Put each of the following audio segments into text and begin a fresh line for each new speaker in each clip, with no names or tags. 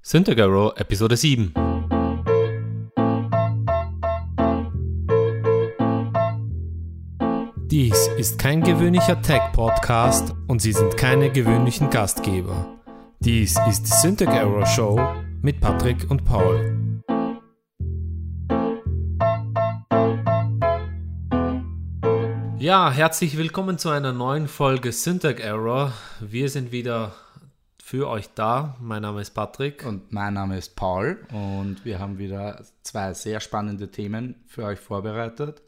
Syntagar Row Episode 7.
Dies ist kein gewöhnlicher Tech-Podcast und Sie sind keine gewöhnlichen Gastgeber. Dies ist die Syntag Error Show mit Patrick und Paul.
Ja, herzlich willkommen zu einer neuen Folge Syntax Error. Wir sind wieder für euch da. Mein Name ist Patrick.
Und mein Name ist Paul und wir haben wieder zwei sehr spannende Themen für euch vorbereitet.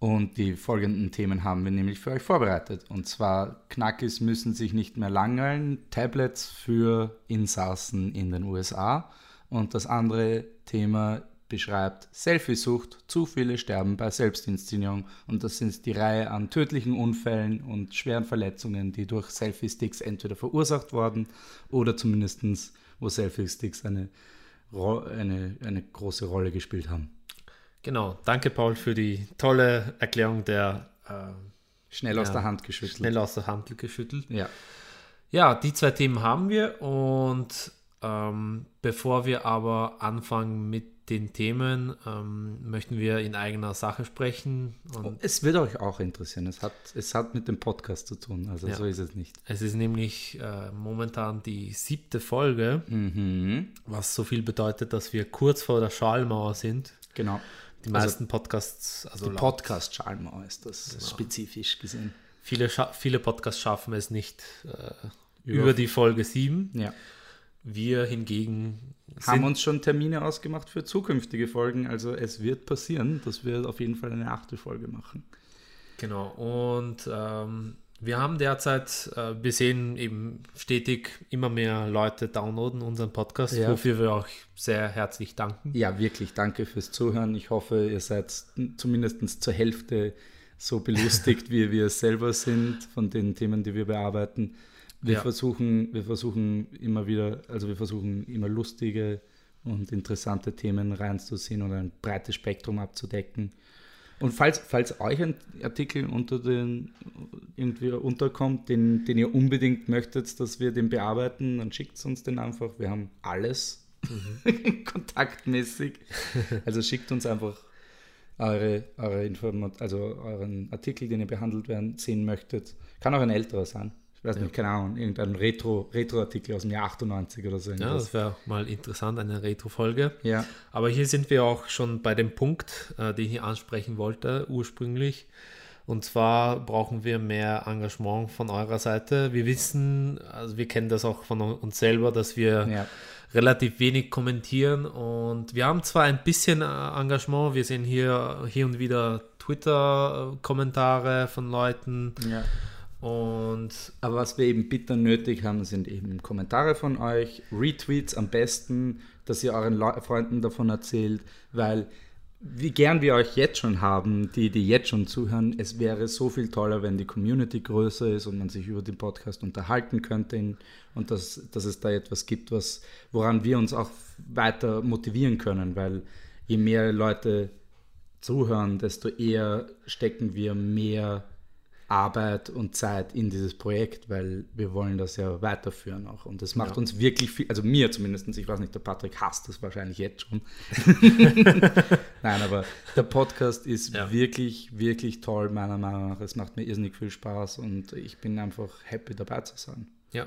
Und die folgenden Themen haben wir nämlich für euch vorbereitet. Und zwar Knackis müssen sich nicht mehr langweilen, Tablets für Insassen in den USA. Und das andere Thema beschreibt Selfiesucht, zu viele sterben bei Selbstinszenierung. Und das sind die Reihe an tödlichen Unfällen und schweren Verletzungen, die durch Selfie-Sticks entweder verursacht wurden oder zumindestens, wo Selfie-Sticks eine, Ro- eine, eine große Rolle gespielt haben.
Genau, danke Paul für die tolle Erklärung der äh,
Schnell aus
Ja,
der Hand geschüttelt.
schnell aus der Hand geschüttelt.
Ja.
Ja, die zwei Themen haben wir und ähm, bevor wir aber anfangen mit den Themen, ähm, möchten wir in eigener Sache sprechen. Und
Es wird euch auch interessieren. Es hat, es hat mit dem Podcast zu tun. Also
Ja.
so ist es nicht.
es ist nämlich äh, momentan die siebte Folge,
Mhm.
was so viel bedeutet, dass wir kurz vor der Schallmauer sind.
Genau.
Die meisten Podcasts, also laut-
Podcast Schalmau ist das Genau. spezifisch gesehen.
viele, scha- viele Podcasts schaffen es nicht äh, über, die Folge 7.
Ja.
Wir hingegen
Haben uns schon Termine ausgemacht für zukünftige Folgen. Also es wird passieren, dass wir auf jeden Fall eine achte Folge machen.
Genau, und ähm, wir haben derzeit, äh, wir sehen eben stetig immer mehr Leute downloaden unseren Podcast,
Ja.
wofür wir auch sehr herzlich danken.
Ja, wirklich. Danke fürs Zuhören. Ich hoffe, ihr seid zumindest zur Hälfte so belustigt, wie wir es selber sind von den Themen, die wir bearbeiten. Wir
Ja.
versuchen, wir versuchen immer wieder, also wir versuchen immer lustige und interessante Themen reinzusehen und ein breites Spektrum abzudecken. Und falls, falls euch ein Artikel unter den irgendwie unterkommt, den, den ihr unbedingt möchtet, dass wir den bearbeiten, dann schickt uns den einfach. Wir haben alles kontaktmäßig. Also schickt uns einfach eure, eure Informat also euren Artikel, den ihr behandelt werden, sehen möchtet. Kann auch ein älterer sein. Ich weiß nicht, keine Ahnung, irgendein Retro- Retro-Artikel aus dem Jahr 98 oder so.
Ja,
irgendwas.
das wäre mal interessant, eine Retro-Folge.
Ja.
Aber hier sind wir auch schon bei dem Punkt, äh, den ich ansprechen wollte ursprünglich. Und zwar brauchen wir mehr Engagement von eurer Seite. Wir wissen, also wir kennen das auch von uns selber, dass wir
Ja.
relativ wenig kommentieren und wir haben zwar ein bisschen äh, Engagement, wir sehen hier, hier und wieder Twitter-Kommentare von Leuten
ja.
und
Aber was wir eben bitter nötig haben, sind eben Kommentare von euch, Retweets am besten, dass ihr euren Leu Freunden davon erzählt, weil wie gern wir euch jetzt schon haben, die, die jetzt schon zuhören, es wäre so viel toller, wenn die Community größer ist und man sich über den Podcast unterhalten könnte in- und dass, dass es da etwas gibt, was, woran wir uns auch weiter motivieren können, weil je mehr Leute zuhören, desto eher stecken wir mehr Arbeit und Zeit in dieses Projekt, weil wir wollen das ja weiterführen auch. Und das macht uns wirklich viel, also mir zumindest, ich weiß nicht, der Patrick hasst das wahrscheinlich jetzt schon. Nein, aber der Podcast ist
Ja.
wirklich, wirklich toll, meiner Meinung nach. Es macht mir irrsinnig viel Spaß und ich bin einfach happy dabei zu sein.
ja.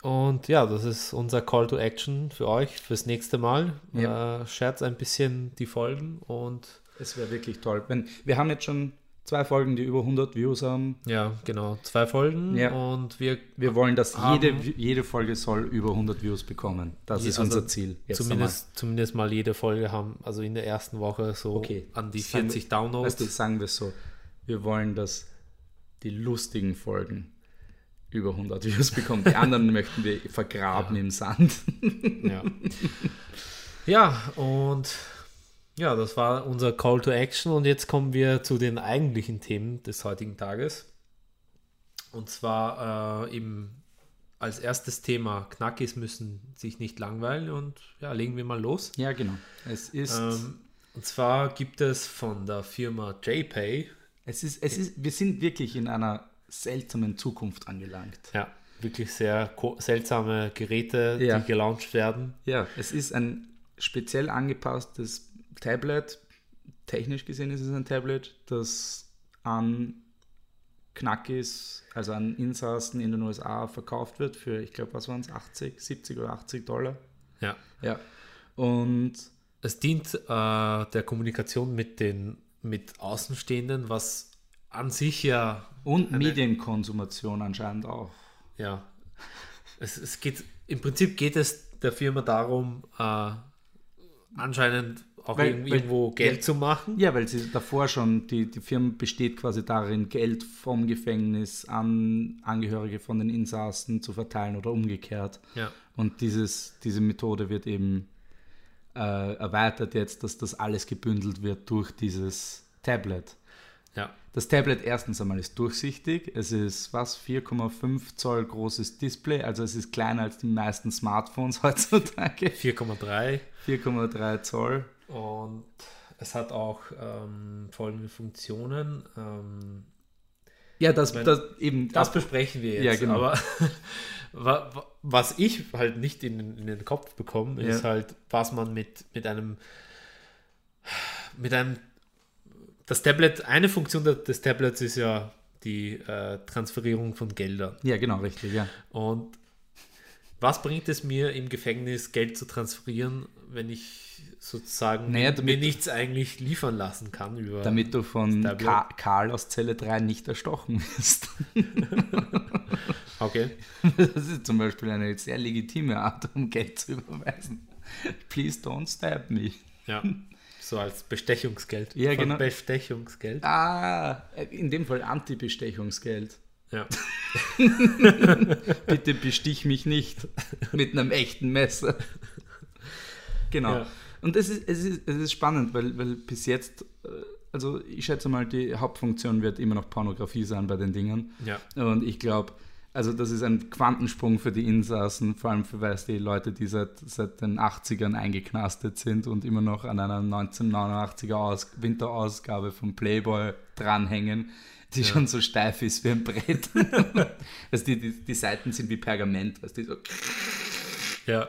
Und ja, das ist unser Call to Action für euch fürs nächste Mal.
Ja.
Äh, Scherz ein bisschen die Folgen und
Es wäre wirklich toll. Wenn, wir haben jetzt schon zwei Folgen, die über 100 Views haben.
ja, genau, zwei Folgen
Ja.
und wir
Wir wollen, dass
Haben-
jede, jede Folge soll über 100 Views bekommen. Das
Je-
ist
also
unser Ziel. Jetzt
zumindest, zumindest mal jede Folge haben, also in der ersten Woche so
Okay.
an die
Sagen wir-
40
einmal.
Downloads.
Weißt du, sagen wir es so. Wir wollen, dass die lustigen Folgen über 100 Views bekommen. Die anderen möchten wir vergraben im Sand.
Ja. ja, und ja, das war unser Call to Action und jetzt kommen wir zu den eigentlichen Themen des heutigen Tages. Und zwar äh, eben als erstes Thema Knackis müssen sich nicht langweilen und ja, legen wir mal los.
Ja, genau. Es ist,
Ähm, und zwar gibt es von der Firma JPay,
es ist, es ist, wir sind wirklich in einer seltsamen Zukunft angelangt.
ja, wirklich sehr ko- seltsame Geräte,
Ja.
die gelauncht werden.
Ja, es ist ein speziell angepasstes Tablet. Technisch gesehen ist es ein Tablet, das an Knackis, also an Insassen in den USA verkauft wird für, ich glaube, was waren es, 80, 70 oder 80 Dollar.
Ja.
Ja. Und
Es dient äh, der Kommunikation mit den mit Außenstehenden, was an sich ja,
Und Medienkonsumation anscheinend auch.
ja, es, es geht, im Prinzip geht es der Firma darum, äh, anscheinend auch
Weil-
irgend-
weil-
irgendwo Geld
ja.
zu machen.
Ja, weil sie davor schon, die, die Firma besteht quasi darin, Geld vom Gefängnis an Angehörige von den Insassen zu verteilen oder umgekehrt.
Ja.
Und dieses, diese Methode wird eben äh, erweitert jetzt, dass das alles gebündelt wird durch dieses Tablet.
ja.
Das Tablet erstens einmal ist durchsichtig. Es ist was 4,5 Zoll großes Display, also es ist kleiner als die meisten Smartphones heutzutage.
4,3
4,3 Zoll.
und es hat auch ähm, folgende Funktionen. Ähm,
Ja, das,
Wenn-
das eben
Das
ab-
besprechen wir jetzt.
Ja, genau.
Aber wa- wa- was ich halt nicht in, den- in den Kopf bekomme, ist
Ja.
halt, was man mit, mit einem mit einem das Tablet, eine Funktion de- des Tablets ist ja die äh, Transferierung von Geldern.
Ja, genau, richtig, ja.
Und was bringt es mir im Gefängnis Geld zu transferieren, wenn ich sozusagen
Naja,
mir
damit-
nichts eigentlich liefern lassen kann über
Damit du von
Stabilo.
Ka Karl aus Zelle 3 nicht erstochen wirst.
okay
Das ist zum Beispiel eine sehr legitime Art, um Geld zu überweisen. Please don't stab me.
ja so als Bestechungsgeld
Ja,
Von
genau.
Bestechungsgeld
Ah, in dem Fall Anti-Bestechungsgeld.
ja
Bitte bestich mich nicht mit einem echten Messer. Genau.
Ja.
Und es ist, es, ist, es ist spannend, weil, weil bis jetzt, äh, also ich schätze mal, die Hauptfunktion wird immer noch Pornografie sein bei den Dingern.
Ja,
Und ich glaube, also das ist ein Quantensprung für die Insassen, vor allem für weiß die Leute, die seit, seit den 80ern eingeknastet sind und immer noch an einer 1989er Aus Winterausgabe von Playboy dranhängen, die schon so steif ist wie ein Brett. also die, die, die Seiten sind wie Pergament, weißt du, so.
ja,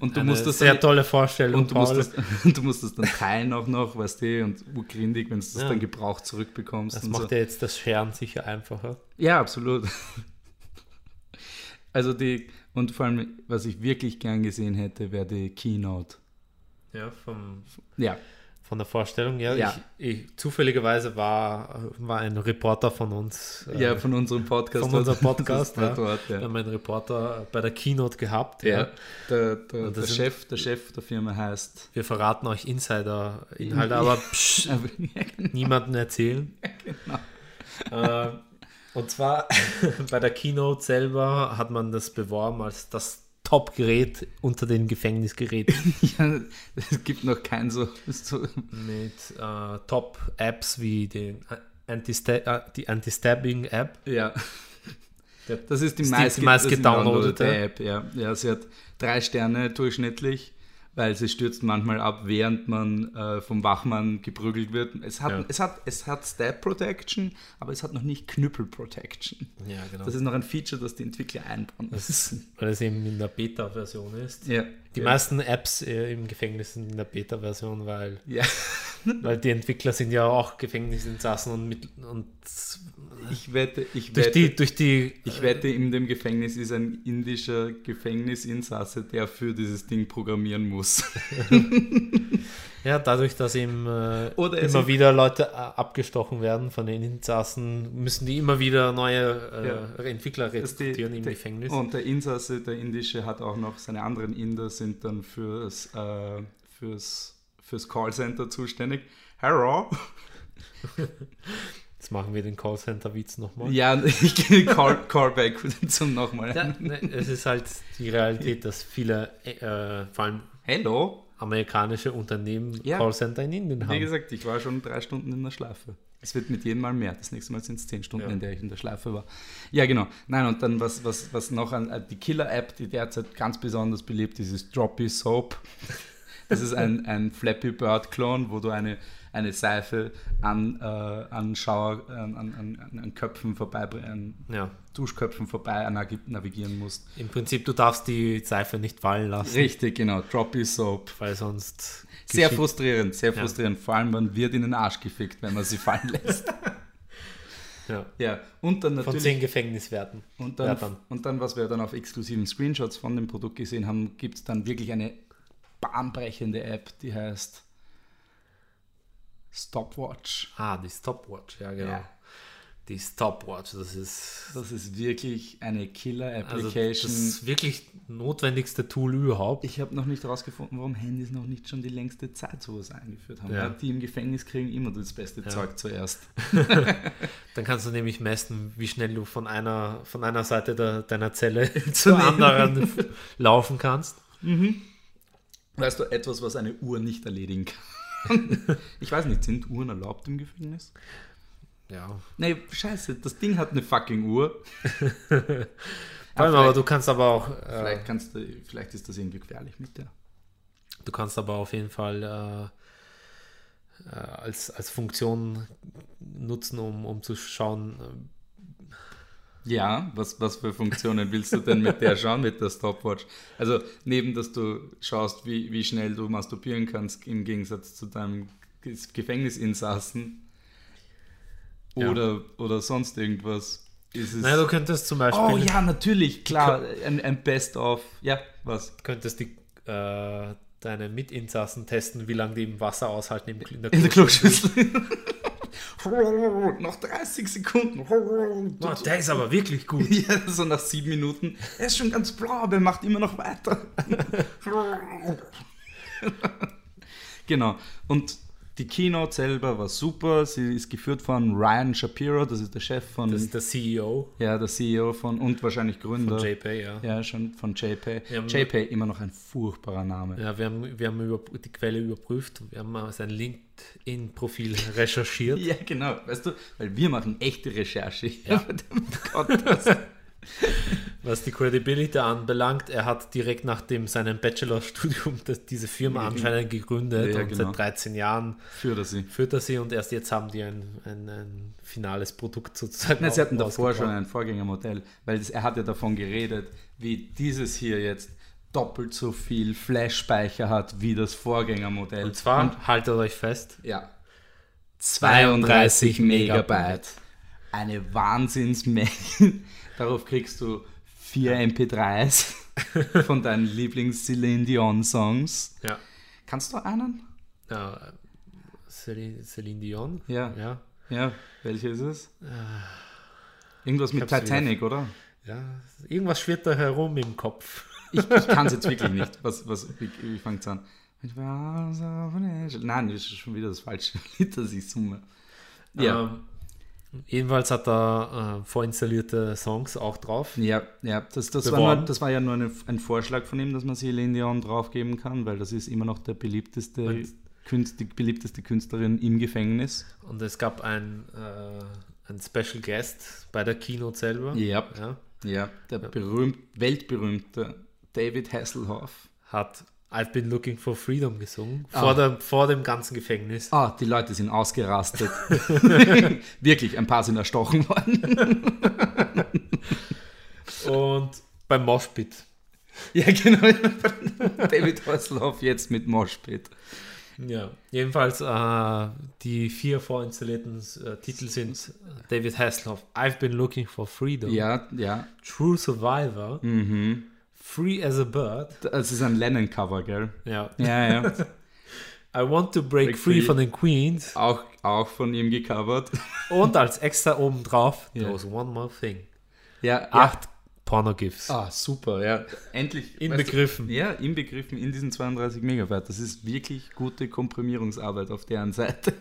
Und du
eine
musst das
sehr
dann,
tolle Vorstellung.
und du musst
Paul.
das, du musst das dann teilen auch noch, weißt du, und urgründig, wenn du das
Ja.
dann gebraucht zurückbekommst.
das
und so.
macht ja jetzt das Scheren sicher einfacher.
Ja, absolut. Also die, und vor allem, was ich wirklich gern gesehen hätte, wäre die Keynote.
Ja, vom,
Ja,
von der Vorstellung. Ja,
Ja.
Ich, ich, zufälligerweise war, war ein Reporter von uns, äh,
ja von unserem Podcast.
von unserem Podcast,
Das war
ja.
dort,
wir
ja.
haben einen Reporter bei der Keynote gehabt.
ja. Der, der,
Und das
der,
sind-
Chef, der Chef der Firma heißt.
Wir verraten euch Insider-Inhalte, aber psch, niemanden erzählen. Äh, und zwar bei der Keynote selber hat man das beworben als das Top-Gerät unter den Gefängnisgeräten.
ja, es gibt noch kein so, so
mit äh, Top-Apps wie den Anti-Sta- äh, die Anti-Stabbing-App.
Ja.
Der-
Das ist die
ist die
meist,
meist
das ist die
gedownloadete.
App. Ja. ja, sie hat drei Sterne durchschnittlich, weil sie stürzt manchmal ab, während man äh, vom Wachmann geprügelt wird. Es hat,
Ja.
es hat, es hat Stab Protection, aber es hat noch nicht Knüppel Protection.
Ja, genau.
Das ist noch ein Feature, das die Entwickler einbauen.
weil es eben in der Beta-Version ist.
ja.
Die
ja.
meisten Apps äh, im Gefängnis sind in der Beta-Version, weil,
Ja.
weil die Entwickler sind ja auch Gefängnisinsassen und, mit, und
Ich wette, ich
durch
wette,
die, durch die
ich wette, in dem Gefängnis ist ein indischer Gefängnisinsasse, der für dieses Ding programmieren muss.
Ja, dadurch, dass eben äh,
Oder es
immer
ist-
wieder Leute äh, abgestochen werden von den Insassen, müssen die immer wieder neue äh, Entwickler
Dass die- oh.
rekrutieren im
der-
Gefängnis.
Und der Insasse, der Indische, hat auch noch seine anderen Inder sind dann fürs, äh, fürs, fürs Callcenter zuständig. Hello?
Jetzt machen wir den Callcenter-Witz nochmal.
Ja, ich gehe Call, Callback zum nochmal.
Ja, ne, es ist halt die Realität, dass viele, äh, äh, vor allem
Hello?
amerikanische Unternehmen,
Ja.
Callcenter in Indien
Wie
haben.
gesagt, ich war schon drei Stunden in der Schleife. Es wird mit jedem Mal mehr. Das nächste Mal sind es zehn Stunden,
Ja.
in der ich in der Schleife war. Ja, genau. Nein, und dann was, was, was noch an an die Killer-App, die derzeit ganz besonders beliebt ist, ist Droppy Soap. Das ist ein, ein Flappy Bird-Klon, wo du eine, eine Seife an, äh, an, Schauer, an, an, an, an Köpfen vorbei, an
Ja.
Duschköpfen vorbei nagi- navigieren musst.
Im Prinzip, du darfst die Seife nicht fallen lassen,
Richtig, genau. Droppy Soap.
weil sonst.
Sehr
geschieht-
frustrierend, sehr frustrierend. Vor allem, man wird in den Arsch gefickt, wenn man sie fallen lässt.
ja.
ja, und dann
Von
natürlich.
zehn Gefängniswerten.
Und dann,
Wertern.
und dann, was wir dann auf exklusiven Screenshots von dem Produkt gesehen haben, gibt es dann wirklich eine bahnbrechende App, die heißt Stopwatch.
Ah, die Stopwatch, ja, genau.
Ja.
Die Stopwatch, das ist.
Das ist wirklich eine
Also
Killer-Application.
das wirklich notwendigste Tool überhaupt.
ich habe noch nicht herausgefunden, warum Handys noch nicht schon die längste Zeit sowas eingeführt haben.
Ja.
Die im Gefängnis kriegen immer das beste Zeug zuerst.
Dann kannst du nämlich messen, wie schnell du von einer, von einer Seite der, deiner Zelle zur anderen f- laufen kannst.
Weißt du, etwas, was eine Uhr nicht erledigen kann. ich weiß nicht, sind Uhren erlaubt im Gefängnis?
Ja.
Nee, scheiße, das Ding hat eine fucking Uhr.
Vor allem, aber du kannst aber auch, äh,
Vielleicht, kannst du, vielleicht ist das irgendwie gefährlich mit der.
du kannst aber auf jeden Fall äh, äh, als, als Funktion nutzen, um, um zu schauen, äh,
Ja, was, was für Funktionen willst du denn mit der schauen, mit der Stopwatch? Also neben, dass du schaust, wie, wie schnell du masturbieren kannst im Gegensatz zu deinem Ges- Gefängnisinsassen
Ja.
oder, oder sonst irgendwas, ist es...
Naja, du könntest zum Beispiel
oh ja, natürlich, klar, ein, ein Best-of, ja, was?
könntest die, äh, deine Mitinsassen testen, wie lange die im Wasser aushalten im, in der
In der
Klo-
Kloschüssel. Noch 30 Sekunden.
Boah, Oh, der ist aber wirklich gut.
Ja, so nach sieben Minuten. Er ist schon ganz blau, aber er macht immer noch weiter. genau. Und die Keynote selber war super. Sie ist geführt von Ryan Shapiro, das ist der Chef von,
Das ist der E CEO
ja, der CEO von und wahrscheinlich Gründer.
von JPay, ja.
ja, schon von JPay.
Ja, m-
JPay immer noch ein furchtbarer Name.
Ja, wir haben, wir haben über, die Quelle überprüft. Wir haben mal sein LinkedIn-Profil recherchiert.
Ja, genau. Weißt du, weil wir machen echte Recherche.
Ja.
Bei dem Podcast.
Was die Credibility anbelangt, er hat direkt nach dem seinem Bachelorstudium das, diese Firma anscheinend gegründet
Ja,
und
genau.
seit 13 Jahren
Führt er sie.
führt er sie und erst jetzt haben die ein, ein, ein finales Produkt sozusagen.
Nein, sie hatten
au-
davor schon
rausgebracht.
ein Vorgängermodell, weil das, er hat ja davon geredet, wie dieses hier jetzt doppelt so viel Flash-Speicher hat wie das Vorgängermodell.
Und zwar, haltet euch fest,
ja,
32
Megabyte. Eine Wahnsinnsmenge. Darauf kriegst du vier MP3s von deinen Lieblings-Celine Dion-Songs.
Ja.
Kannst du einen?
ja. Celine, Celine Dion?
Ja.
Ja.
Ja, welche ist es? Irgendwas mit
Äh. hab's
Titanic, oder?
ja. Irgendwas schwirrt da herum im Kopf.
Ich, ich kann es jetzt wirklich nicht. Was, was, wie, wie fängt es an? Mit Wasser von Angel- Nein, das ist schon wieder das falsche Lied, das ich summe. Ja,
Ähm, jedenfalls hat er äh, vorinstallierte Songs auch drauf.
ja, ja. Das, das, war,
beworben.
nur, das war ja nur eine, ein Vorschlag von ihm, dass man Celine Dion draufgeben kann, weil das ist immer noch der beliebteste,
Und-
Künst, die beliebteste Künstlerin im Gefängnis.
Und es gab ein, äh, ein Special Guest bei der Keynote selber.
Ja,
Ja,
ja. Der berühmt, weltberühmte David Hasselhoff.
hat I've been looking for freedom gesungen. Vor, der, vor dem ganzen Gefängnis.
Ah, die Leute sind ausgerastet. Wirklich, ein paar sind erstochen worden.
Und beim Moshpit.
Ja, genau. David Hasselhoff jetzt mit Moshpit.
Ja. Jedenfalls äh, die vier vorinstallierten äh, Titel sind David Hasselhoff, I've been looking for freedom,
Ja, Mhm. ja.
True Survivor, Free as a Bird,
Das ist ein Lennon-Cover, gell?
ja.
Ja, ja.
I want to break,
Break
free
free.
von den Queens.
auch, auch von ihm gecovert.
Und als extra obendrauf,
Ja.
there was one more thing.
Ja, ja.
Acht Porno-GIFs.
Ah, super, ja. Endlich.
Inbegriffen.
Du, ja, inbegriffen in diesen 32 Megabyte. Das ist wirklich gute Komprimierungsarbeit auf deren Seite.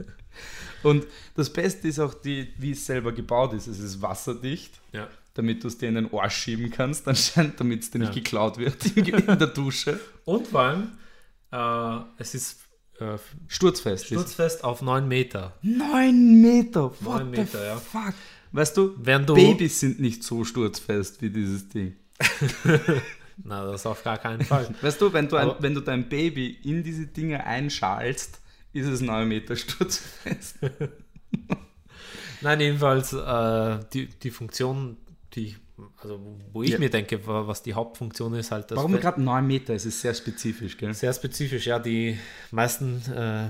Und das Beste ist auch, die, wie es selber gebaut ist. Es ist wasserdicht,
Ja.
damit du es dir in den Arsch schieben kannst, anscheinend, damit es dir nicht
Ja.
geklaut wird in, in der Dusche.
Und vor allem, äh, es ist äh,
Sturzfest. ist
Sturzfest auf 9 Meter.
Neun Meter, what
Neun
the
Meter, ja.
fuck? Weißt du,
Wenn du-
Babys sind nicht so sturzfest wie dieses Ding.
Na, das auf gar keinen Fall.
Weißt du, wenn du, ein,
Aber-
wenn du dein Baby in diese Dinge einschalst, ist es 9 Meter sturzfest.
Nein, jedenfalls äh, die, die Funktion, die ich, also wo ich
Ja.
mir denke, wa- was die Hauptfunktion ist, halt das
Warum
Fe-
gerade 9 Meter? Es ist sehr spezifisch, gell?
sehr spezifisch, ja, die meisten äh,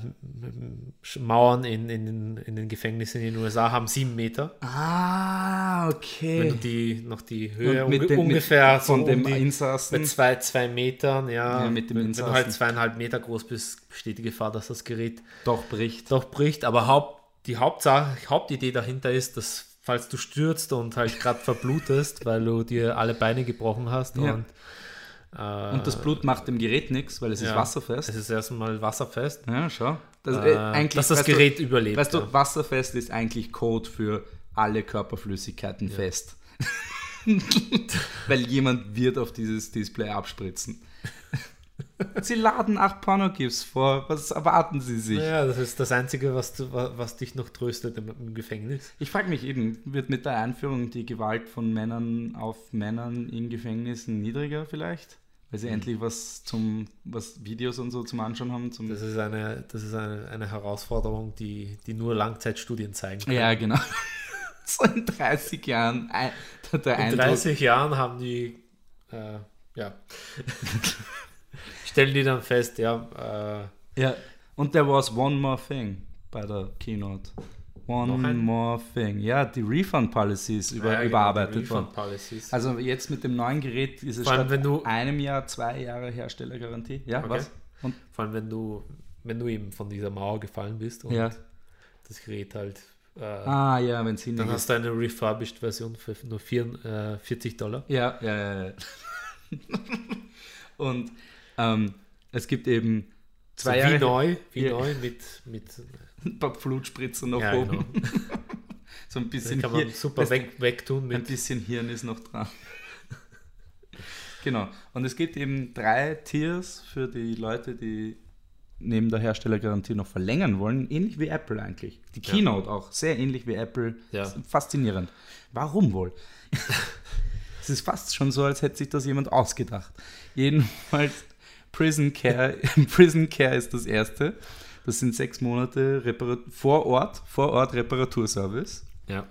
Sch- Mauern in, in, den- in den Gefängnissen in den USA haben sieben Meter.
Ah,
Wenn du
okay.
die noch die Höhe
Und mit
unge-
dem- mit-
ungefähr
von
so
dem
um die,
Insassen.
bei zwei, zwei Metern, ja,
Ja, mit dem
wenn, wenn du halt
Insassen.
zweieinhalb Meter groß bist, besteht die Gefahr, dass das Gerät
Doch bricht.
doch bricht. Aber Haupt, die Hauptsache, Hauptidee dahinter ist, dass falls du stürzt und halt gerade verblutest, weil du dir alle Beine gebrochen hast
Ja.
und, äh,
Und das Blut macht dem Gerät nichts, weil es ist
ja,
wasserfest.
Es ist erstmal wasserfest.
Ja, schau. Das,
Äh,
äh, eigentlich,
dass das
weißt
Gerät
du,
überlebt.
Weißt
ja.
du, wasserfest ist eigentlich Code für alle Körperflüssigkeiten fest. Weil jemand wird auf dieses Display abspritzen. Sie laden acht Pornogifs vor. Was erwarten Sie sich?
Ja, das ist das Einzige, was, du, wa- was dich noch tröstet im, im Gefängnis.
Ich frage mich eben, wird mit der Einführung die Gewalt von Männern auf Männern in Gefängnissen niedriger vielleicht?
Hm.
Weil sie endlich was zum, was Videos und so zum Anschauen haben. Zum
Das ist eine, das ist eine, eine Herausforderung, die, die nur Langzeitstudien zeigen können.
ja, genau. so in 30 Jahren ein, der, der
In
Eindruck,
30 Jahren haben die, äh, ja, stellen die dann fest, ja, äh,
Ja. Und there was one more thing bei der Keynote. One
Noch ein?
more thing. Ja, die Refund Policy ist über,
ja,
überarbeitet
genau,
worden.
Refund Policies.
Also jetzt mit dem neuen Gerät ist es
Vor allem,
statt
wenn du-
einem Jahr, zwei Jahre Herstellergarantie. Ja,
Okay.
was? Und,
Vor allem, wenn du, wenn du eben von dieser Mauer gefallen bist und
ja.
das Gerät halt, äh,
Ah ja, wenn es hin
dann hast du eine refurbished Version für nur vier, äh, 40 Dollar.
Ja, ja, ja. ja. Und ähm, es gibt eben zwei
so wie
Jahre
neu, wie
Ja.
neu mit, mit
ein paar Flutspritzer noch
ja,
oben.
genau.
So ein
Das
bisschen
kann man
hier,
super
das-
weg, wegtun
Ein
mit
bisschen Hirn ist noch dran. genau. Und es gibt eben drei Tiers für die Leute, die neben der Herstellergarantie noch verlängern wollen. Ähnlich wie Apple eigentlich. Die Keynote auch. Sehr ähnlich wie Apple.
Ja.
Ist Faszinierend. Warum wohl? es ist fast schon so, als hätte sich das jemand ausgedacht. Jedenfalls Prison Care. Prison Care ist das erste. Das sind sechs Monate Reparat vor Ort, vor Ort Reparaturservice
ja,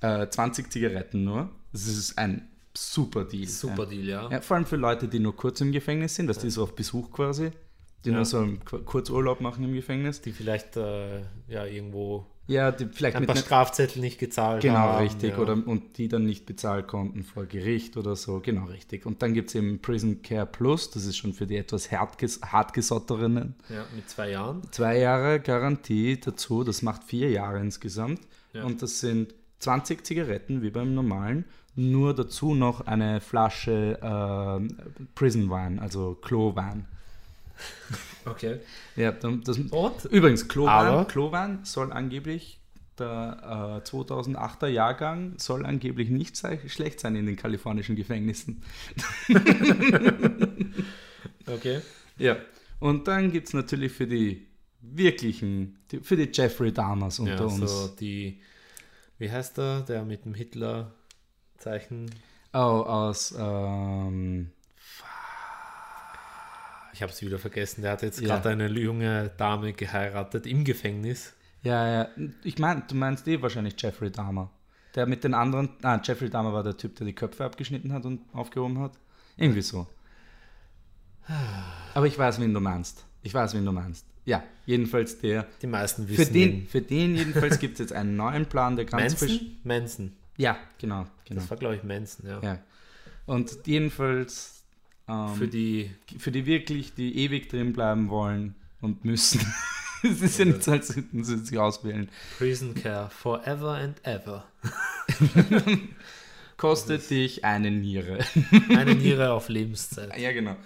äh, 20 Zigaretten nur. Das ist ein super Deal.
super
ja.
Deal, ja.
Ja, vor allem für Leute, die nur kurz im Gefängnis sind, dass die so auf Besuch quasi, die
Ja.
nur so einen Qu- Kurzurlaub machen im Gefängnis.
Die vielleicht äh, ja irgendwo
Ja, die vielleicht
ein
mit
paar
ne-
Strafzettel nicht gezahlt
Genau,
haben.
richtig.
ja.
Oder, und die dann nicht bezahlen konnten vor Gericht oder so. Genau, richtig. Und dann gibt es eben Prison Care Plus, das ist schon für die etwas hartges hartgesotterenen.
Ja, mit zwei Jahren.
Zwei Jahre Garantie dazu, das macht vier Jahre insgesamt.
Ja.
Und das sind 20 Zigaretten wie beim normalen, nur dazu noch eine Flasche ähm, Prison Wine, also Klo-Wein.
Okay.
Ja, dann- das,
Und?
übrigens,
Aber-
Klo-Wein Klo soll angeblich, der äh, 2008er Jahrgang soll angeblich nicht sei, schlecht sein in den kalifornischen Gefängnissen.
Okay.
Ja, und dann gibt es natürlich für die wirklichen, die, für die Jeffrey Dahmers unter
Ja,
uns.
so die, wie heißt der, der mit dem Hitler-Zeichen?
Oh, aus. Ähm,
Ich habe es wieder vergessen, der hat jetzt
Ja.
gerade eine junge Dame geheiratet im Gefängnis.
ja, ja. Ich meine, du meinst eh wahrscheinlich Jeffrey Dahmer. Der mit den anderen. Nein, Jeffrey Dahmer war der Typ, der die Köpfe abgeschnitten hat und aufgehoben hat. Irgendwie so. Aber ich weiß, wen du meinst. Ich weiß, wen du meinst. Ja, jedenfalls der.
Die meisten
Für
wissen
den, für den jedenfalls gibt es jetzt einen neuen Plan, der ganz frisch.
Manson? Manson.
Ja, genau. genau.
Das war, glaube ich, Manson, ja.
Ja. Und jedenfalls. Ähm,
Für die,
für die wirklich, die ewig drin bleiben wollen und müssen. Es ist ja nicht halt so, als hätten sie sich auswählen.
Prison Care forever and ever.
Kostet dich eine Niere.
Eine Niere auf Lebenszeit.
ja, genau.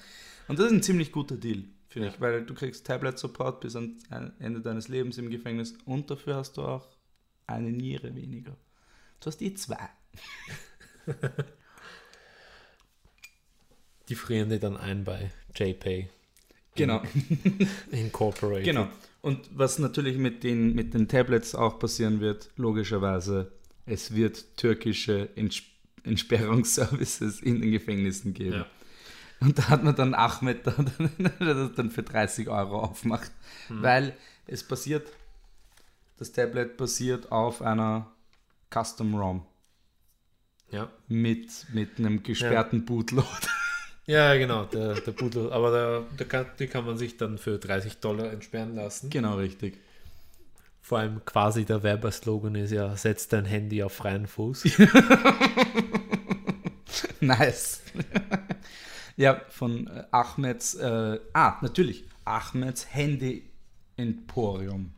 Und das ist ein ziemlich guter Deal, finde ich, weil du kriegst Tablet-Support bis ans Ende deines Lebens im Gefängnis und dafür hast du auch eine Niere weniger. Du hast eh zwei.
Die frieren die dann ein bei JPay
Genau.
Incorporated.
Genau. Und was natürlich mit den, mit den Tablets auch passieren wird, logischerweise, es wird türkische Ents- Entsperrungsservices in den Gefängnissen geben.
Ja.
Und da hat man dann Ahmed, der das dann für 30 Euro aufmacht. Weil es basiert, das Tablet basiert auf einer Custom ROM
Ja.
mit, mit einem gesperrten Bootload.
Ja, genau, der, der Bootload. Aber da, da kann, die kann man sich dann für 30 Dollar entsperren lassen.
Genau, richtig.
Vor allem quasi der Werberslogan ist ja, setz dein Handy auf freien Fuß.
Nice. ja, von äh, Ahmeds, äh, ah, natürlich, Ahmeds Handy Emporium.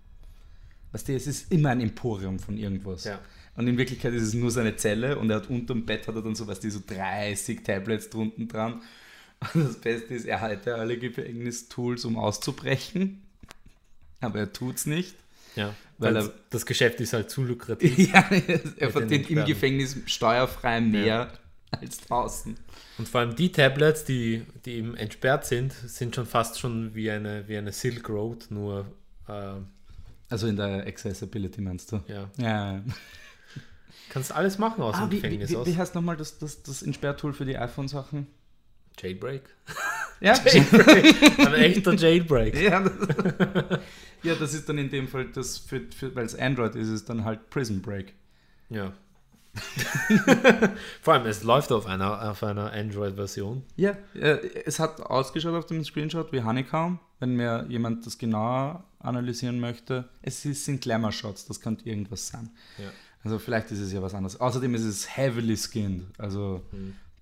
Weißt du, es ist immer ein Emporium von irgendwas.
Ja.
Und in Wirklichkeit ist es nur seine Zelle und er hat unterm Bett hat er dann so, weißt du, so 30 Tablets drunten dran. Und das Beste ist, er hat ja alle Gefängnistools, um auszubrechen. Aber er tut's nicht.
Ja,
Weil
weil
er-
das, das Geschäft ist halt zu lukrativ.
Ja, er
den
verdient im
Entfernen.
Gefängnis steuerfrei mehr als draußen.
Und vor allem die Tablets, die, die eben entsperrt sind, sind schon fast schon wie eine, wie eine Silk Road, nur äh,
Also in der Accessibility meinst du?
ja.
Ja.
Kannst alles machen aus
Ah,
dem
wie, wie,
Gefängnis
wie, wie
aus.
heißt nochmal das, das, das Entsperrtool für die iPhone-Sachen?
Jailbreak.
Ja,
Ein echter Jailbreak.
ja, das, ja, das ist dann in dem Fall, das für, für, weil es Android ist, ist dann halt Prison Break.
Ja. vor allem, es läuft auf einer, auf einer Android-Version.
Ja, äh, es hat ausgeschaut auf dem Screenshot wie Honeycomb, wenn mir jemand das genauer analysieren möchte. Es ist- sind Glamour-Shots, das könnte irgendwas sein.
Ja.
Also vielleicht ist es ja was anderes. Außerdem ist es heavily skinned, also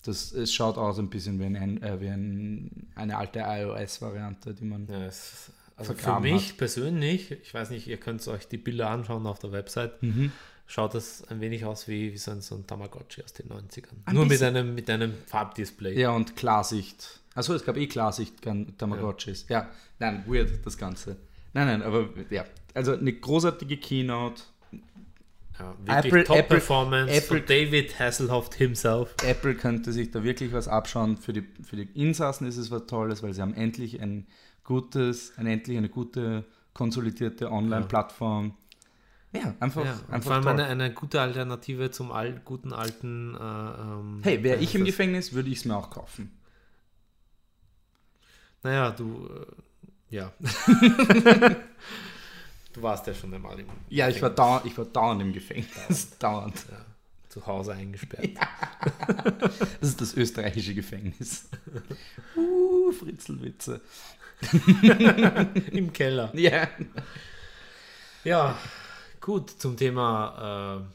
das, es schaut aus ein bisschen wie, ein, An- äh, wie ein, eine alte iOS-Variante, die man...
Ja, es, also für
Vergraben
mich persönlich, ich weiß nicht, ihr könnt euch die Bilder anschauen auf der Website,
Mhm.
schaut das ein wenig aus wie, wie so, ein, so ein Tamagotchi aus den 90ern. Nur mit einem, mit einem Farbdisplay.
Ja, und Klarsicht. Achso, es gab eh Klarsicht, kein Tamagotchis. Ja. nein, weird, das Ganze. Nein, nein, aber ja. Also eine großartige Keynote.
Ja, wirklich
Apple-
Top
Apple-
Performance
Apple-
von David Hasselhoff himself.
Apple könnte sich da wirklich was abschauen. Für die, für die Insassen ist es was Tolles, weil sie haben endlich ein gutes, ein, endlich eine gute, konsolidierte Online-Plattform. Ja, einfach,
Ja, und vor
einfach
allem
toll.
eine, eine gute Alternative zum al guten alten. Äh, ähm,
Hey, wäre
wie
ich
heißt
im
das?
Gefängnis, würde ich es mir auch kaufen.
Naja, du. Äh, ja. du warst ja schon einmal im,
Ja, ich war, dauernd, ich war dauernd im Gefängnis. Dauernd.
zu Hause eingesperrt.
Das ist das österreichische Gefängnis. Uh, Fritzelwitze.
Im Keller.
Ja.
Ja, gut, zum Thema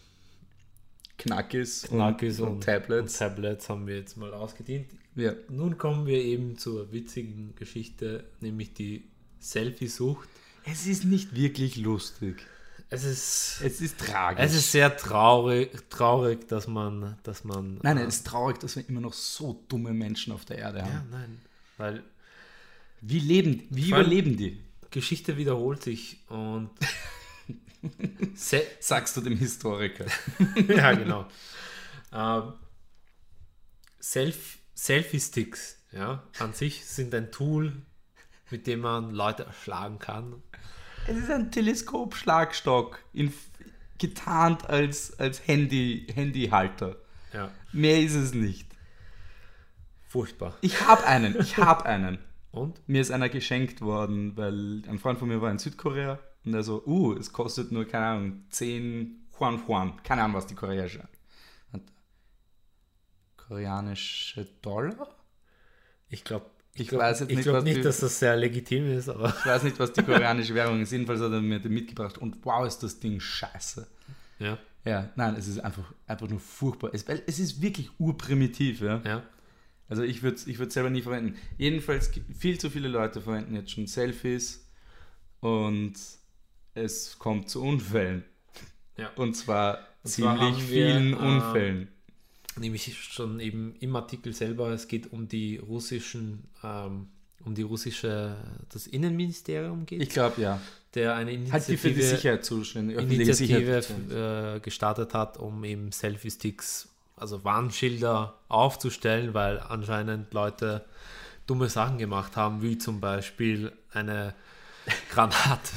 Knackis,
äh, Narkis
und, und, Tablets.
und Tablets haben wir jetzt mal ausgedient.
Ja.
Nun kommen wir eben zur witzigen Geschichte, nämlich die Selfie-Sucht.
Es ist nicht wirklich lustig.
Es ist,
Es ist tragisch.
es ist sehr traurig, traurig dass man, dass man.
nein,
äh,
es ist traurig, dass wir immer noch so dumme Menschen auf der Erde haben.
Ja, nein. Weil
Wie leben, wie
Vor allem-
überleben die?
Geschichte wiederholt sich und. Se
Sagst du dem Historiker.
ja, genau. Ähm, Self Selfie-Sticks ja, an sich sind ein Tool, mit dem man Leute erschlagen kann.
es ist ein Teleskopschlagstock, in, getarnt als, als Handy, Handyhalter.
Ja,
Mehr ist es nicht.
furchtbar.
Ich habe einen, ich habe einen.
Und?
Mir ist einer geschenkt worden, weil ein Freund von mir war in Südkorea und er so, uh, es kostet nur, keine Ahnung, 10 Huan Huan. Keine Ahnung, was die koreanische. hat. Koreanische Dollar?
Ich glaube, ich,
Ich
glaub,
weiß jetzt
ich
nicht,
glaub
was
nicht,
die-
dass das sehr legitim ist, aber
Ich weiß nicht, was die koreanische Währung ist. Jedenfalls hat er mir den mitgebracht und wow, ist das Ding scheiße.
ja,
Ja, nein, es ist einfach, einfach nur furchtbar. Es, weil es ist wirklich urprimitiv, ja.
ja.
Also ich würde es ich würd's selber nie verwenden. Jedenfalls g- viel zu viele Leute verwenden jetzt schon Selfies und es kommt zu Unfällen.
Ja.
Und zwar
zwar
ziemlich
haben wir,
vielen
äh,
Unfällen.
Nämlich schon eben im Artikel selber, es geht um die russischen, ähm, um die russische, das Innenministerium geht,
Ich glaube ja.
der eine Initiative
Halt die für die Sicherheit zuständig. öffentliche
Initiative
Sicherheit.
äh, gestartet hat, um eben Selfie-Sticks, also Warnschilder aufzustellen, weil anscheinend Leute dumme Sachen gemacht haben, wie zum Beispiel eine Granate.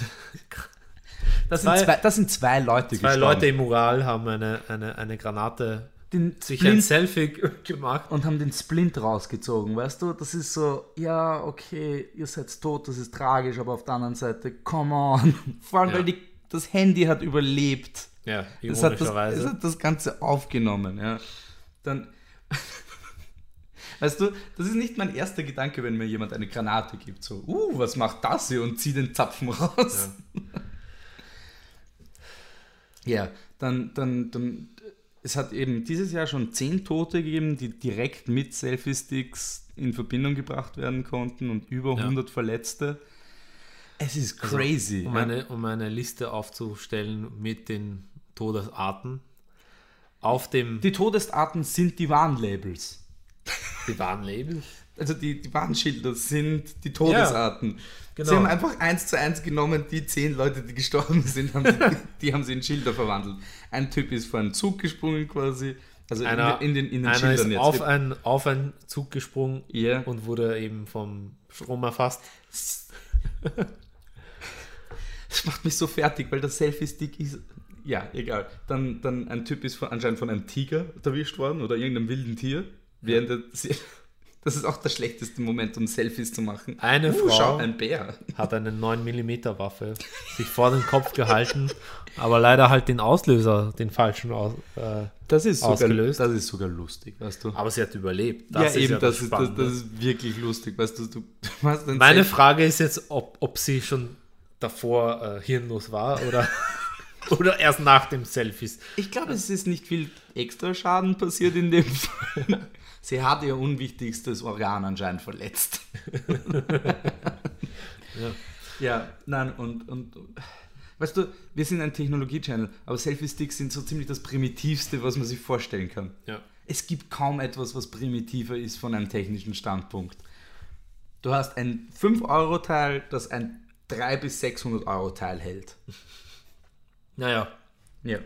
Das sind,
zwei-
zwei, das sind zwei Leute
Zwei
gestorben.
Leute im Ural haben eine, eine, eine Granate
den
sich ein
Splint
Selfie gemacht.
und haben den Splint rausgezogen, weißt du? Das ist so, ja, okay, ihr seid tot, das ist tragisch, aber auf der anderen Seite, come on. Vor allem,
Ja.
weil die, das Handy hat überlebt.
Ja,
Das hat das, das
ironischerweise.
hat das Ganze aufgenommen, ja. Dann. Weißt du, das ist nicht mein erster Gedanke, wenn mir jemand eine Granate gibt. So, uh, was macht das hier? Und zieh den Zapfen raus. Ja, dann, dann, dann. Es hat eben dieses Jahr schon zehn Tote gegeben, die direkt mit Selfie-Sticks in Verbindung gebracht werden konnten und über
Ja.
100 Verletzte. Es ist crazy.
um,
ja.
eine, um eine Liste aufzustellen mit den Todesarten. Auf dem
Die Todesarten sind die Warnlabels.
die Warnlabel.
also die, die Warnschilder sind die Todesarten.
genau.
Sie haben einfach eins zu eins genommen, die zehn Leute, die gestorben sind, haben sie, die haben sie in Schilder verwandelt. Ein Typ ist vor einen Zug gesprungen quasi, also
Einer,
in, den, in den, in den
einer
Schildern
ist
jetzt.
auf, ein, auf einen Zug gesprungen
Ja.
und wurde eben vom Strom erfasst.
Das macht mich so fertig, weil der Selfie-Stick ist. Ja, egal. Dann, dann ein Typ ist von, anscheinend von einem Tiger erwischt worden oder irgendeinem wilden Tier. Während der, das ist auch der schlechteste Moment, um Selfies zu machen.
Eine
uh,
Frau-
Schau, ein Bär.
Hat eine 9mm Waffe sich vor den Kopf gehalten, aber leider halt den Auslöser, den falschen aus, äh,
Das ist
sogar-
Das ist sogar lustig, weißt du.
Aber sie hat überlebt.
ja, eben, das, ist, das,
Spannende.
das ist wirklich lustig. Weißt du, du, du hast ein
Meine
Selfie-
Frage ist jetzt, ob, ob sie schon davor äh, hirnlos war oder, oder erst nach dem Selfies.
ich glaube, es ist nicht viel extra Schaden passiert in dem Fall. Sie hat ihr unwichtigstes Organ anscheinend verletzt. ja. nein, und, und weißt du, wir sind ein Technologie-Channel, aber Selfie-Sticks sind so ziemlich das Primitivste, was man sich vorstellen kann.
Ja.
Es gibt kaum etwas, was primitiver ist von einem technischen Standpunkt. Du hast ein 5-Euro-Teil, das ein 300 bis 600 Euro-Teil hält.
Naja,
Ja.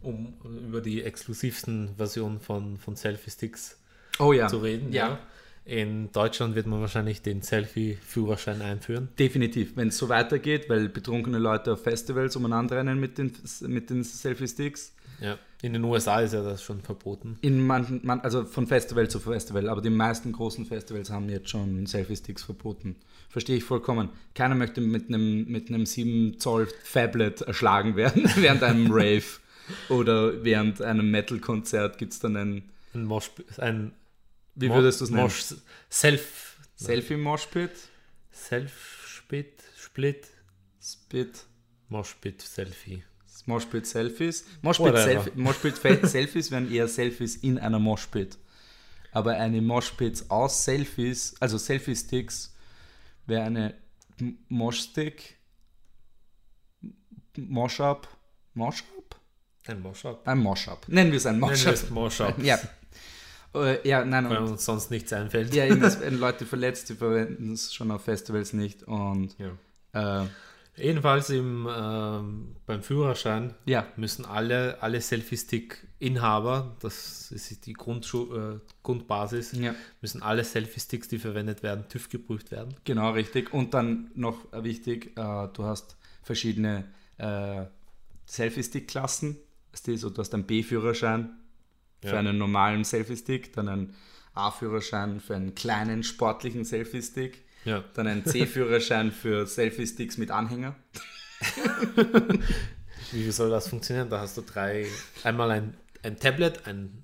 um über die exklusivsten Versionen von, von Selfie-Sticks
Oh ja.
zu reden.
Ja.
In Deutschland wird man wahrscheinlich den Selfie-Führerschein einführen.
Definitiv, wenn es so weitergeht, weil betrunkene Leute auf Festivals umeinander rennen mit den, mit den Selfie-Sticks.
Ja. In den USA ist ja das schon verboten.
In manchen, man, also von Festival zu Festival, aber die meisten großen Festivals haben jetzt schon Selfie-Sticks verboten. Verstehe ich vollkommen. Keiner möchte mit einem, mit einem 7 Zoll Phablet erschlagen werden während einem Rave oder während einem Metal-Konzert gibt es dann ein,
Ein Mosh, ein
wie würdest du es nennen?
Mosh, Self,
Selfie-Moshpit?
Self-Split, Split,
Spit.
Moshpit, Selfie.
Moshpit-Selfies.
Whatever.
Moshpit-Selfies Moshpit wären eher Selfies in einer Moshpit. Aber eine Moshpits aus Selfies, also Selfie-Sticks, wäre eine M- Moshstick, M- Moshup, Moshup?
Ein Mosh-Up.
Ein Moshup. Nennen wir es ein
Nein,
Moshup.
das Mosh-Up.
Ja. Äh, ja, nein,
Weil
und
uns sonst nichts einfällt.
ja, eben, es werden Leute verletzt, die verwenden es schon auf Festivals nicht und
Ja.
äh,
Jedenfalls im, ähm, beim Führerschein
ja,
müssen alle, alle Selfie-Stick-Inhaber, das ist die Grundschu äh, Grundbasis,
Ja.
müssen alle Selfie-Sticks, die verwendet werden, TÜV geprüft werden.
Genau, richtig. Und dann noch wichtig, äh, du hast verschiedene äh, Selfie-Stick-Klassen. Weißt du, so, du hast einen B-Führerschein für
Ja.
einen normalen Selfie-Stick, dann einen A-Führerschein für einen kleinen sportlichen Selfie-Stick,
Ja.
dann einen C-Führerschein für Selfie-Sticks mit Anhänger.
Wie soll das funktionieren? Da hast du drei, einmal ein, ein Tablet, ein,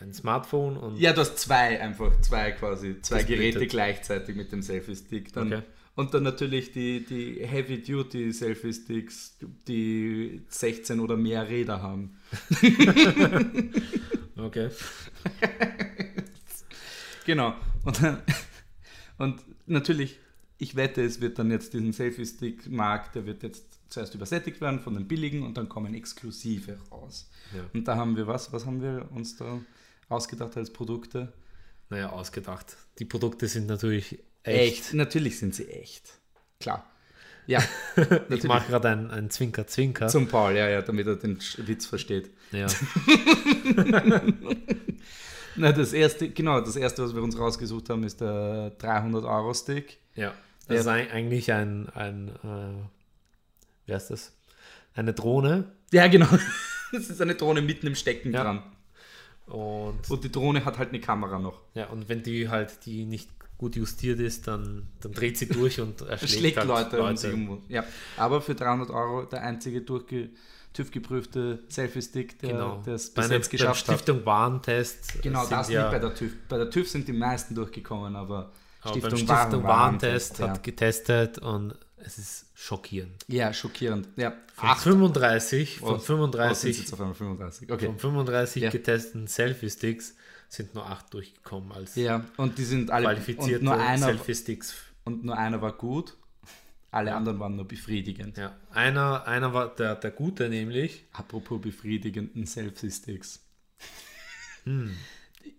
ein Smartphone und
Ja, du hast zwei einfach, zwei quasi, zwei
Das
Geräte
bietet-
gleichzeitig mit dem Selfie-Stick. Dann,
Okay.
Und dann natürlich die, die Heavy-Duty-Selfie-Sticks, die 16 oder mehr Räder haben.
okay.
Genau. Und, dann, und natürlich, ich wette, es wird dann jetzt diesen Selfie-Stick-Markt, der wird jetzt zuerst übersättigt werden von den billigen und dann kommen exklusive raus.
Ja.
Und da haben wir was? Was haben wir uns da ausgedacht als Produkte?
Naja, ausgedacht. Die Produkte sind natürlich echt.
Echt? Natürlich sind sie echt. Klar. Ja,
Ich
natürlich.
mache gerade ein, ein Zwinker-Zwinker.
Zum Paul, ja, ja, damit er den Sch- Witz versteht.
Ja.
Na, das erste, genau, das erste, was wir uns rausgesucht haben, ist der 300-Euro-Stick.
Ja, das ist ein- eigentlich ein, ein äh, wer ist das? Eine Drohne
Ja, genau. Das ist eine Drohne mitten im Stecken
Ja.
dran.
Und,
Und die Drohne hat halt eine Kamera noch.
ja, und wenn die halt die nicht gut justiert ist, dann, dann dreht sie durch und
Er
erschlägt
schlägt
halt
Leute, um sich um. Ja. Aber für 300 Euro der einzige durchge TÜV-geprüfte Selfie-Stick, der
Genau.
das
Bei
bis
einem
jetzt geschafft hat.
Stiftung Warentest. äh,
Genau,
sind
das
ja,
nicht bei der TÜV. Bei der TÜV sind die meisten durchgekommen, aber
aber beim
Waren-
Stiftung Warentest
Warentest,
hat getestet und es ist schockierend.
ja. ja, schockierend. Ja.
Von 35, von
Oh, Oh, sind
35,
jetzt auf einmal 35. Okay.
von 35
Ja.
getesteten Selfie-Sticks sind nur 8 durchgekommen als
Ja, und die sind alle
qualifizierte
und nur einer
Selfie-Sticks.
und nur einer war gut. Alle anderen waren nur befriedigend.
Ja, einer, einer war der, der Gute nämlich,
Apropos befriedigenden Selfie-Sticks.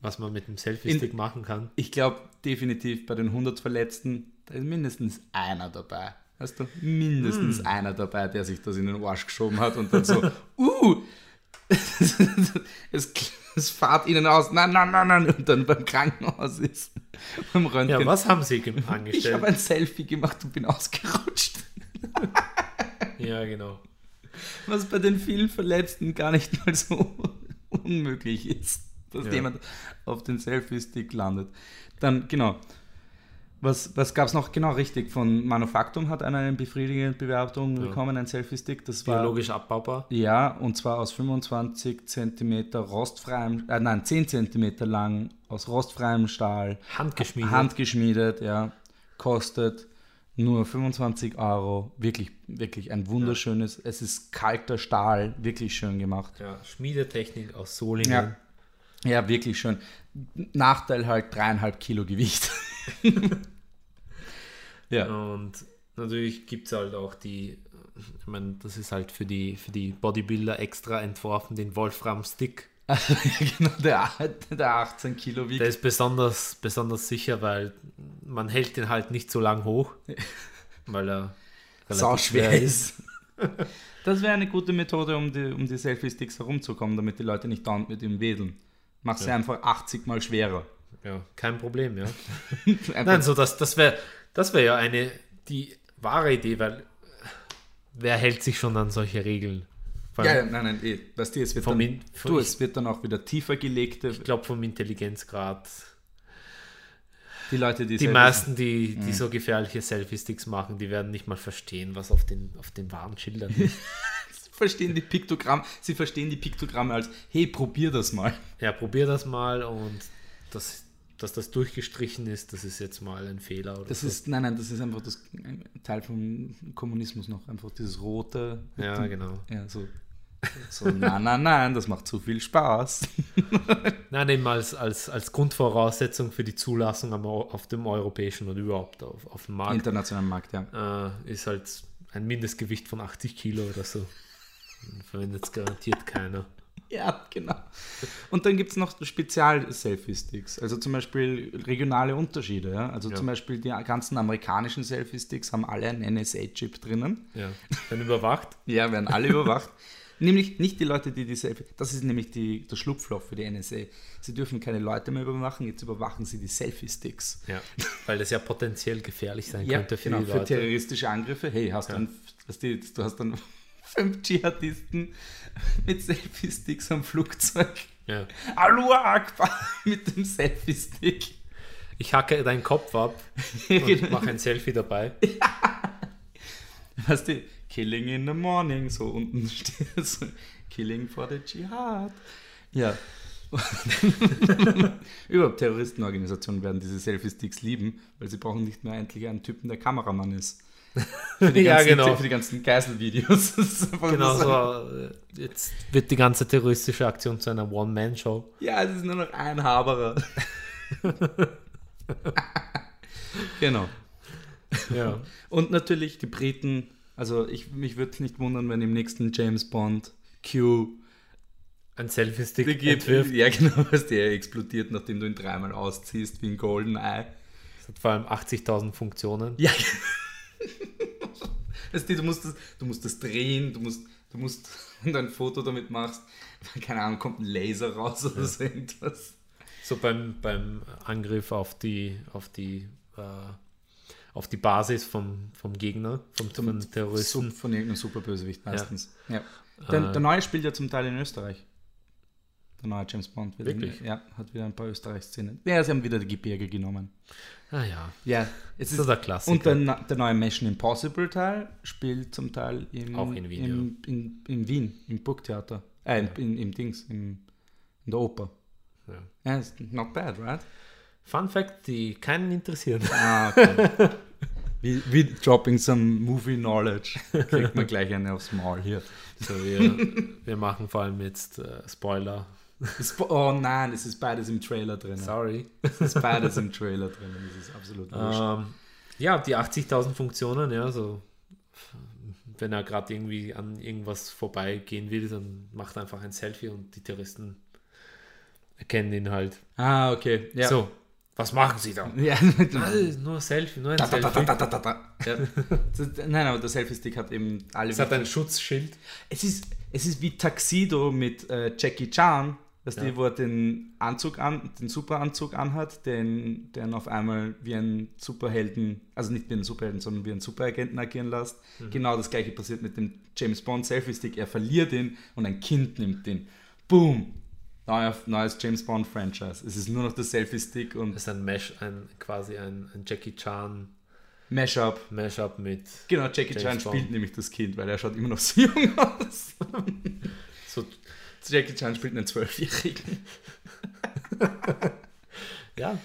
was man mit dem Selfie-Stick machen kann.
Ich glaube definitiv bei den 100 Verletzten, da ist mindestens einer dabei. Hast du?
Hm.
Mindestens einer dabei, der sich das in den Arsch geschoben hat und dann so, uh, es, es fahrt ihnen aus, nein, nein, nein, nein, und dann beim Krankenhaus ist, beim Röntgen.
Ja, was haben sie gem-
ich habe
angestellt?
ein Selfie gemacht und bin ausgerutscht.
Ja, genau.
was bei den vielen Verletzten gar nicht mal so unmöglich ist, dass
Ja.
jemand auf den Selfie-Stick landet. Dann, genau. Was, was gab es noch? Genau, richtig. Von Manufaktum hat einer eine befriedigende Bewertung bekommen, ein Selfie-Stick. Das war.
Biologisch abbaubar.
Ja, und zwar aus 25 cm rostfreiem, äh, nein, 10 cm lang, aus rostfreiem Stahl,
Handgeschmiedet.
handgeschmiedet, ja, kostet nur 25 Euro. Wirklich, wirklich ein wunderschönes, es ist kalter Stahl, wirklich schön gemacht.
ja, Schmiedetechnik aus Solingen.
Ja. Ja, wirklich schön. Nachteil halt dreieinhalb Kilo Gewicht. ja.
Und natürlich gibt es halt auch die, ich meine, das ist halt für die, für die Bodybuilder extra entworfen, den Wolfram-Stick.
Also, genau, der, der 18 Kilo wiegt.
Der ist besonders, besonders sicher, weil man hält den halt nicht so lang hoch, weil er relativ
sauschwer
schwer
ist. Das wäre eine gute Methode, um die, um die Selfie-Sticks herumzukommen, damit die Leute nicht dauernd mit ihm wedeln. Mach sie einfach 80 mal schwerer.
Ja, kein Problem, ja.
Einfach,
Nein, so das, das wäre das wär ja eine, die wahre Idee, weil wer hält sich schon an solche Regeln? Vor
ja, ja,
allem,
nein, nein, eh. Weißt du, es wird,
Vom
dann,
In- vom-
du, es wird dann auch wieder tiefer gelegte.
Ich glaube, vom Intelligenzgrad.
Die Leute, die,
Die
Selfies-
meisten, die,
Mhm.
die so gefährliche Selfie-Sticks machen, die werden nicht mal verstehen, was auf den, auf den wahren Schildern ist.
verstehen die Piktogramme, sie verstehen die Piktogramme als, hey, probier das mal.
ja, probier das mal und das, dass das durchgestrichen ist, das ist jetzt mal ein Fehler. Oder
Das
so.
ist, nein, nein, das ist einfach das ein Teil vom Kommunismus noch, einfach dieses rote.
Ja, genau.
Ja, so. So, nein, nein, nein, das macht zu viel Spaß.
Nein, eben als, als, als Grundvoraussetzung für die Zulassung am, Eu- auf dem europäischen und überhaupt auf, auf dem Markt.
Internationalen Markt, ja.
äh, ist halt ein Mindestgewicht von 80 Kilo oder so. Verwendet es garantiert keiner.
Ja, genau. Und dann gibt es noch Spezial-Selfie-Sticks, also zum Beispiel regionale Unterschiede. Ja? Also zum Beispiel die ganzen amerikanischen Selfie-Sticks haben alle einen NSA-Chip drinnen.
Ja. Dann überwacht.
Ja, werden alle überwacht. Nämlich nicht die Leute, die die Selfie. Das ist nämlich die, das Schlupfloch für die NSA. Sie dürfen keine Leute mehr überwachen, jetzt überwachen sie die Selfie-Sticks.
Ja. Weil das ja potenziell gefährlich sein
Ja,
könnte für
genau,
die
für
Leute.
terroristische Angriffe. Hey, hast du, einen, hast du, du hast dann fünf Dschihadisten mit Selfie-Sticks am Flugzeug.
ja.
Hallo Akbar mit dem Selfie-Stick.
Ich hacke deinen Kopf ab
genau.
und mache ein Selfie dabei.
Weißt du, Killing in the Morning, so unten steht es. Killing for the Jihad. Ja. Überhaupt Terroristenorganisationen werden diese Selfie-Sticks lieben, weil sie brauchen nicht mehr endlich einen Typen, der Kameramann ist. Für die
Ja,
ganzen,
genau.
Für die ganzen Geiselvideos. Das ist einfach
Genau
so.
so. äh, Jetzt wird die ganze terroristische Aktion zu einer One-Man-Show.
Ja, es ist nur noch ein Haberer. genau.
Ja.
Und natürlich die Briten. Also ich, mich würde es nicht wundern, wenn im nächsten James Bond Q
Ein Selfie-Stick
die geht,
entwirft.
ja genau, was der explodiert, nachdem du ihn dreimal ausziehst wie ein Golden Eye.
Das hat vor allem 80.000 Funktionen.
Ja. Weißt du, du musst das, du musst das drehen, du musst, du musst wenn du ein Foto damit machst, keine Ahnung, kommt ein Laser raus oder so irgendwas.
So beim, beim Angriff auf die, auf die, äh, auf die Basis vom, vom Gegner, vom, vom Terroristen.
Sub- von irgendeinem Superbösewicht meistens. Ja.
Äh.
Der, der neue spielt ja zum Teil in Österreich. Der neue James Bond. Wieder
Wirklich?
ja, hat wieder ein paar Österreich-Szenen. Ja, sie haben wieder die Gebirge genommen.
Ah ja,
Ja, es
das ist ein Klassiker.
Und der, na- der neue Mission Impossible Teil spielt zum Teil im,
Auch in Wien,
im, in, in Wien, im Burgtheater. Äh, im, in, im Dings, im, in der Oper.
Ja.
Ja, it's not bad, right?
Fun Fact, die keinen interessieren.
Ah, okay. we, we dropping some movie knowledge. Kriegt man gleich eine aufs Maul hier.
So, wir, wir machen vor allem jetzt äh, Spoiler.
Spo- oh nein, es ist beides im Trailer drin.
Sorry.
Es ist beides im Trailer drin. Das ist absolut wurscht.
Ähm, ja, die 80.000 Funktionen, ja, so wenn er gerade irgendwie an irgendwas vorbeigehen will, dann macht er einfach ein Selfie und die Terroristen erkennen ihn halt.
Ah, okay. Ja.
So, was machen sie da?
Ja,
Alles, nur ein Selfie, nur ein
Da, da,
Selfie.
da, da, da, da, da. Ja. Das ist- Nein, aber der Selfie-Stick hat eben alle.
Es hat ein Schutzschild.
Es ist, es ist wie Tuxedo mit äh, Jackie Chan, dass
Ja.
die, wo er den Anzug an, den Superanzug anhat, den, den auf einmal wie ein Superhelden, also nicht wie ein Superhelden, sondern wie ein Superagenten agieren lässt.
Mhm.
Genau das gleiche passiert mit dem James Bond Selfie-Stick. Er verliert ihn und ein Kind nimmt ihn. Boom! Neuer, neues James Bond Franchise. Es ist nur noch der Selfie-Stick und
Das ist ein Mesh, ein, quasi ein, ein Jackie Chan
Mashup.
Mashup mit
Genau, Jackie
James
Chan
Bond.
spielt nämlich das Kind, weil er schaut immer noch so jung aus.
so
Jackie Chan spielt einen Zwölfjährigen.
Ja,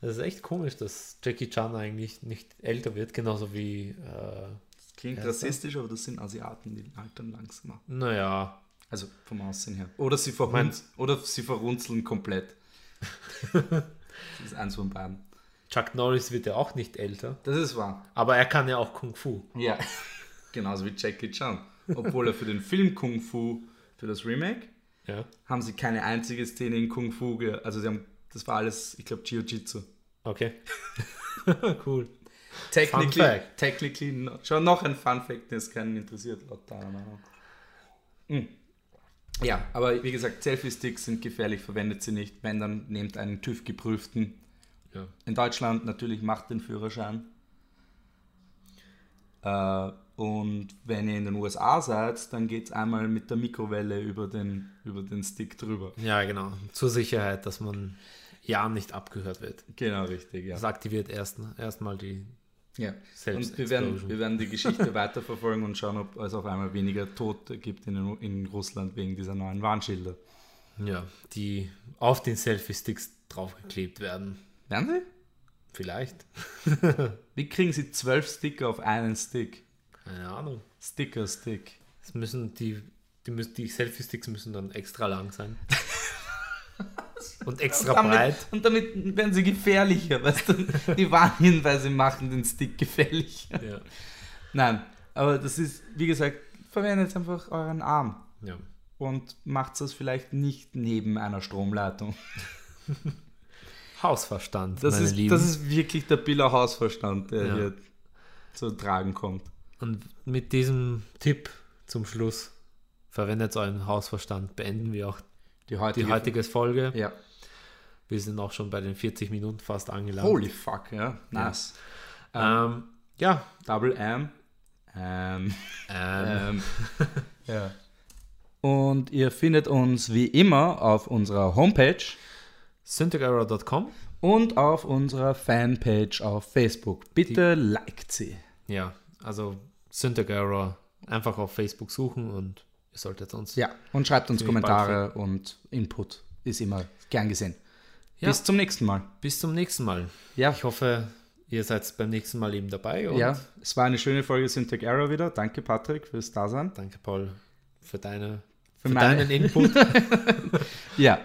das ist echt komisch, dass Jackie Chan eigentlich nicht älter wird, genauso wie, äh,
Das klingt
Ja,
rassistisch, aber das sind Asiaten, die altern langsamer.
naja,
Also vom Aussehen her. Oder sie, verhun
Mein-
oder sie verrunzeln komplett. das ist eins von beiden.
Chuck Norris wird ja auch nicht älter,
Das ist wahr.
aber er kann ja auch Kung Fu.
Ja. Genauso wie Jackie Chan. Obwohl er für den Film Kung Fu, für das Remake,
Ja,
haben sie keine einzige Szene in Kung Fu. Ge also sie haben, das war alles, ich glaube, Jiu-Jitsu.
okay. cool.
Technically,
Fun Fact.
technically no, schon noch ein Fun Fact, das keinen interessiert, laut deiner Meinung. Hm. Ja, aber wie gesagt, Selfie-Sticks sind gefährlich, verwendet sie nicht. Wenn, dann nehmt einen TÜV-geprüften.
Ja.
In Deutschland natürlich macht den Führerschein. Äh, und wenn ihr in den USA seid, dann geht es einmal mit der Mikrowelle über den, über den Stick drüber.
ja, genau. Zur Sicherheit, dass man ja nicht abgehört wird.
Genau, richtig, ja.
Das aktiviert erst- erstmal die.
Ja,
Selbst-
und wir werden,
Explosion.
wir werden die Geschichte weiterverfolgen und schauen, ob es auf einmal weniger Tote gibt in, in Russland wegen dieser neuen Warnschilder.
Ja, die auf den Selfie-Sticks draufgeklebt werden.
Werden sie?
Vielleicht.
Wie kriegen sie zwölf Sticker auf einen Stick?
Keine Ahnung.
Sticker-Stick.
Es müssen die, die, müssen- die Selfie-Sticks müssen dann extra lang sein. Und extra breit.
Damit, und damit werden sie gefährlicher, weißt du? Die Warnhinweise machen den Stick gefährlicher.
Ja.
Nein, aber das ist, wie gesagt, verwendet einfach euren Arm
ja.
und macht es vielleicht nicht neben einer Stromleitung.
Hausverstand,
Das,
meine
ist,
Lieben.
das ist wirklich der Biller Hausverstand, der
Ja.
hier zu tragen kommt.
Und mit diesem Tipp zum Schluss, verwendet euren Hausverstand, beenden wir auch
Die
die
heutige.
heutige Folge.
ja.
Wir sind auch schon bei den 40 Minuten fast angelangt.
Holy fuck, ja. Nice.
ähm, ja,
Double M. Ähm.
ähm,
Ähm. ja. Und ihr findet uns wie immer auf unserer Homepage
syntagarrow.com.
und auf unserer Fanpage auf Facebook. Bitte liked sie.
Ja, also Syntagarrow einfach auf Facebook suchen und ihr solltet uns.
Ja. Und schreibt uns
Ziemlich bald
Kommentare und Input. Ist immer gern gesehen.
Ja.
Bis zum nächsten Mal.
Bis zum nächsten Mal.
Ja.
Ich hoffe, ihr seid beim nächsten Mal eben dabei. Und
Ja, es war eine schöne Folge Syntec Arrow wieder. Danke, Patrick, fürs Dasein.
Danke, Paul, für, deine,
Für
für,
meine-
deinen Input.
Ja,